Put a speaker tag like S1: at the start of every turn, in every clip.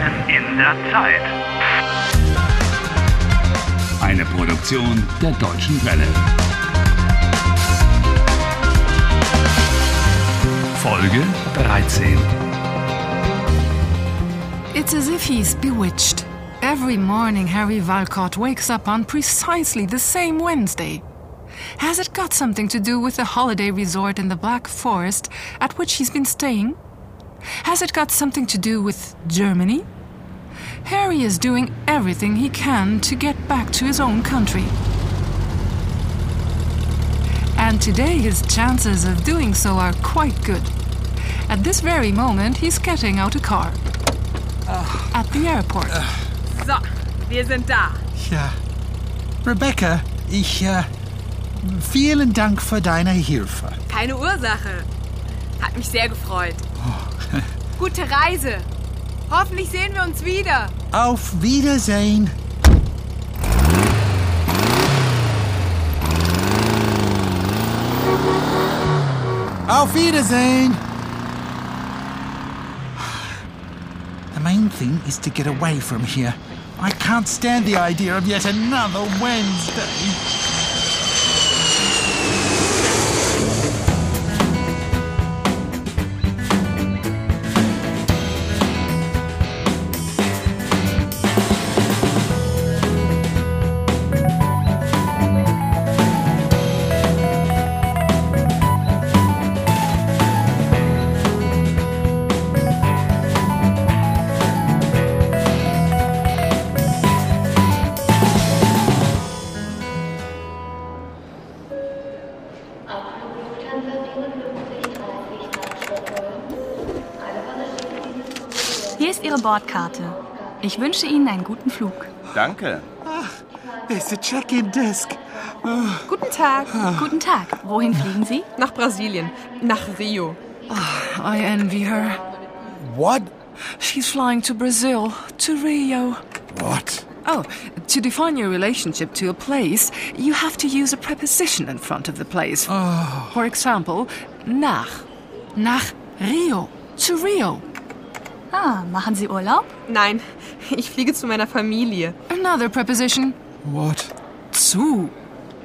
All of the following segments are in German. S1: der Zeit.
S2: Eine Produktion der Deutschen Welle. Folge 13.
S3: It's as if he's bewitched. Every morning, Harry Valcott wakes up on precisely the same Wednesday. Has it got something to do with the holiday resort in the Black Forest at which he's been staying? Has it got something to do with Germany? Harry is doing everything he can to get back to his own country. And today his chances of doing so are quite good. At this very moment, he's getting out a car. At the airport.
S4: So, wir sind da.
S5: Ja. uh, Rebecca, ich. Äh, vielen Dank für deine Hilfe.
S4: Keine Ursache. Hat mich sehr gefreut. Gute Reise. Hoffentlich sehen wir uns wieder.
S5: Auf Wiedersehen. Auf Wiedersehen. The main thing is to get away from here. I can't stand the idea of yet another Wednesday.
S6: Auch Lufthansa 5430 Frankfurt Ulm. Alle Passagiere dieses Fluges
S7: Hier ist Ihre Bordkarte. Ich wünsche Ihnen einen guten Flug.
S8: Danke.
S5: There's a check-in desk.
S4: Guten Tag.
S7: Guten Tag. Wohin fliegen Sie?
S4: Nach Brasilien. Nach Rio.
S3: I envy her.
S5: What?
S3: She's flying to Brazil, to Rio.
S5: What?
S3: Oh, to define your relationship to a place, you have to use a preposition in front of the place. For example, nach. Nach Rio. To Rio.
S7: Ah, machen Sie Urlaub?
S4: Nein, ich fliege zu meiner Familie.
S3: Another preposition,
S5: What?
S3: zu.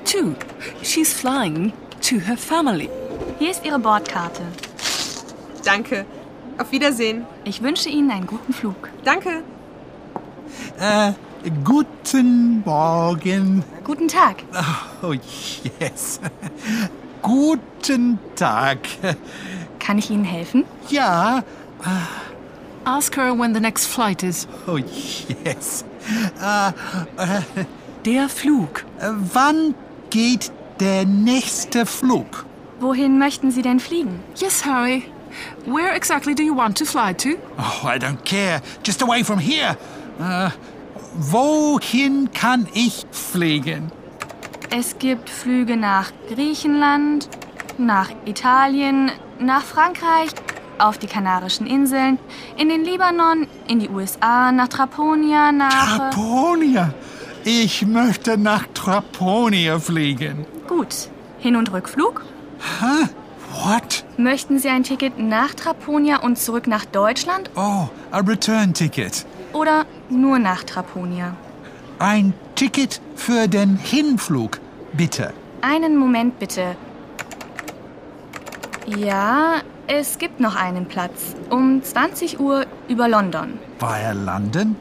S3: To. She's flying to her family.
S7: Hier ist Ihre Bordkarte.
S4: Danke. Auf Wiedersehen.
S7: Ich wünsche Ihnen einen guten Flug.
S4: Danke.
S5: Uh, guten Morgen.
S7: Guten Tag.
S5: Oh, yes. Guten Tag.
S7: Kann ich Ihnen helfen?
S5: Ja.
S3: Ask her when the next flight is.
S5: Oh, yes. Äh, äh,
S3: Der Flug.
S5: wann geht der nächste Flug?
S7: Wohin möchten Sie denn fliegen?
S3: Yes, Harry. Where exactly do you want to fly to?
S5: Oh, I don't care. Just away from here. Äh, wohin kann ich fliegen?
S7: Es gibt Flüge nach Griechenland, nach Italien, nach Frankreich, auf die Kanarischen Inseln, in den Libanon, in die USA, nach Traponia, nach...
S5: Traponia. Ich möchte nach Traponia fliegen.
S7: Gut. Hin- und Rückflug?
S5: Huh? What?
S7: Möchten Sie ein Ticket nach Traponia und zurück nach Deutschland
S5: Oh, a return ticket.
S7: oder nur nach Traponia?
S5: Ein Ticket für den Hinflug, bitte.
S7: Einen Moment bitte. Ja, es gibt noch einen Platz. Um 20 Uhr über London.
S5: Via London?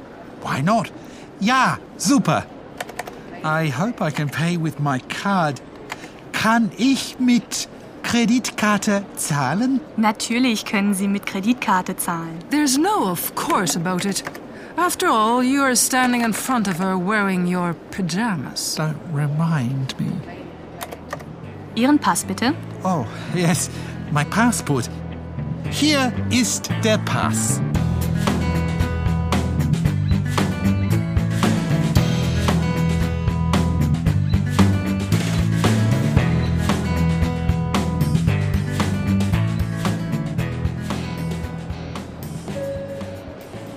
S5: Why not? Ja, super. I hope I can pay with my card. Kann ich mit Kreditkarte zahlen?
S7: Natürlich können Sie mit Kreditkarte zahlen.
S3: There's no of course about it. After all, you're standing in front of her wearing your pajamas.
S5: Don't remind me.
S7: Ihren Pass bitte.
S5: Oh, yes, my passport. Hier ist der Pass.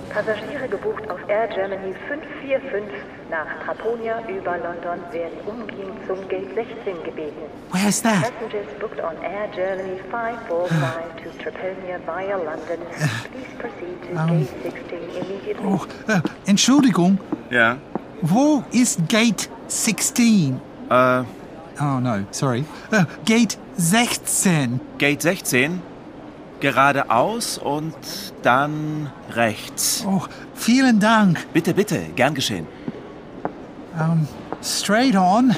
S1: Passagiere gebucht auf Air Germany 545 nach Traponia über London werden umgehend zum Gate 16 gebeten.
S5: Where's that?
S1: Passengers booked on Air Germany 545 to Traponia via London, please proceed to Gate 16 immediately.
S5: Oh, äh, Entschuldigung,
S8: Ja.
S5: wo ist Gate 16?
S8: Äh,
S5: Oh no, sorry. Äh, Gate 16.
S8: Gate 16. Geradeaus und dann rechts.
S5: Oh, vielen Dank.
S8: Bitte, bitte, gern geschehen.
S5: Straight on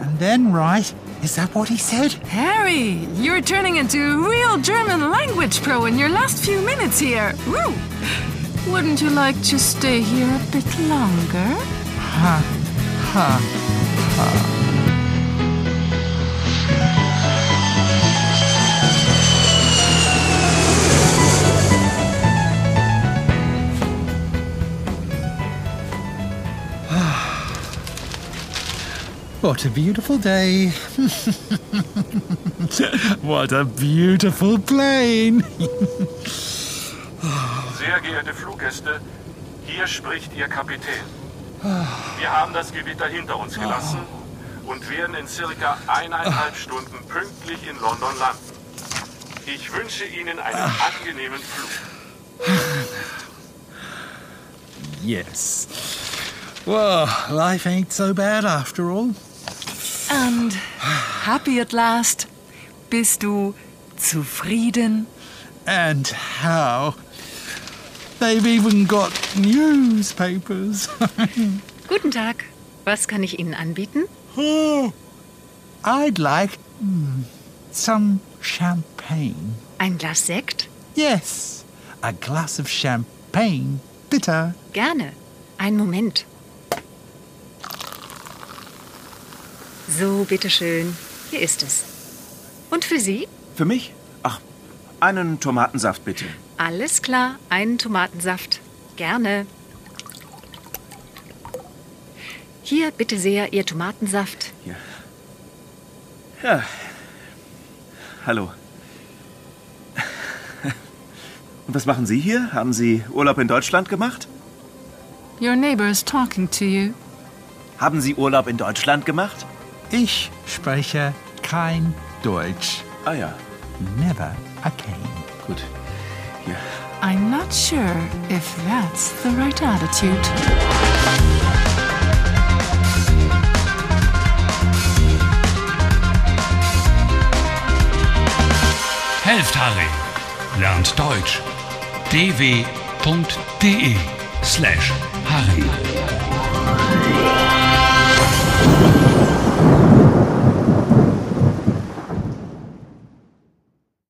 S5: and then right. Is that what he said?
S3: Harry, you're turning into a real German language pro in your last few minutes here. Woo! Wouldn't you like to stay here a bit longer?
S5: What a beautiful day. what a beautiful plane.
S9: Sehr geehrte Fluggäste, hier spricht Ihr Kapitän. Wir haben das Gewitter hinter uns gelassen und werden in circa eineinhalb Stunden pünktlich in London landen. Ich wünsche Ihnen einen angenehmen Flug.
S5: Yes. Well, life ain't so bad after all.
S3: And happy at last? Bist du zufrieden?
S5: And how? They've even got newspapers.
S10: Guten Tag. Was kann ich Ihnen anbieten?
S5: Mm, I'd like mm, some champagne.
S10: Ein Glas Sekt?
S5: Yes, a glass of champagne. Bitter.
S10: Gerne. Einen Moment. So, bitteschön. Hier ist es. Und für Sie?
S8: Für mich? Ach, einen Tomatensaft bitte.
S10: Alles klar, einen Tomatensaft. Gerne. Hier, bitte sehr, Ihr Tomatensaft.
S8: Hallo. Und was machen Sie hier? Haben Sie Urlaub in Deutschland gemacht?
S3: Your neighbor is talking to you.
S8: Haben Sie Urlaub in Deutschland gemacht?
S5: Ich spreche kein Deutsch.
S8: Ah ja,
S5: Never again.
S8: gut.
S3: I'm not sure if that's the right attitude.
S2: Helft Harry. Lernt Deutsch. dw.de slash Harry.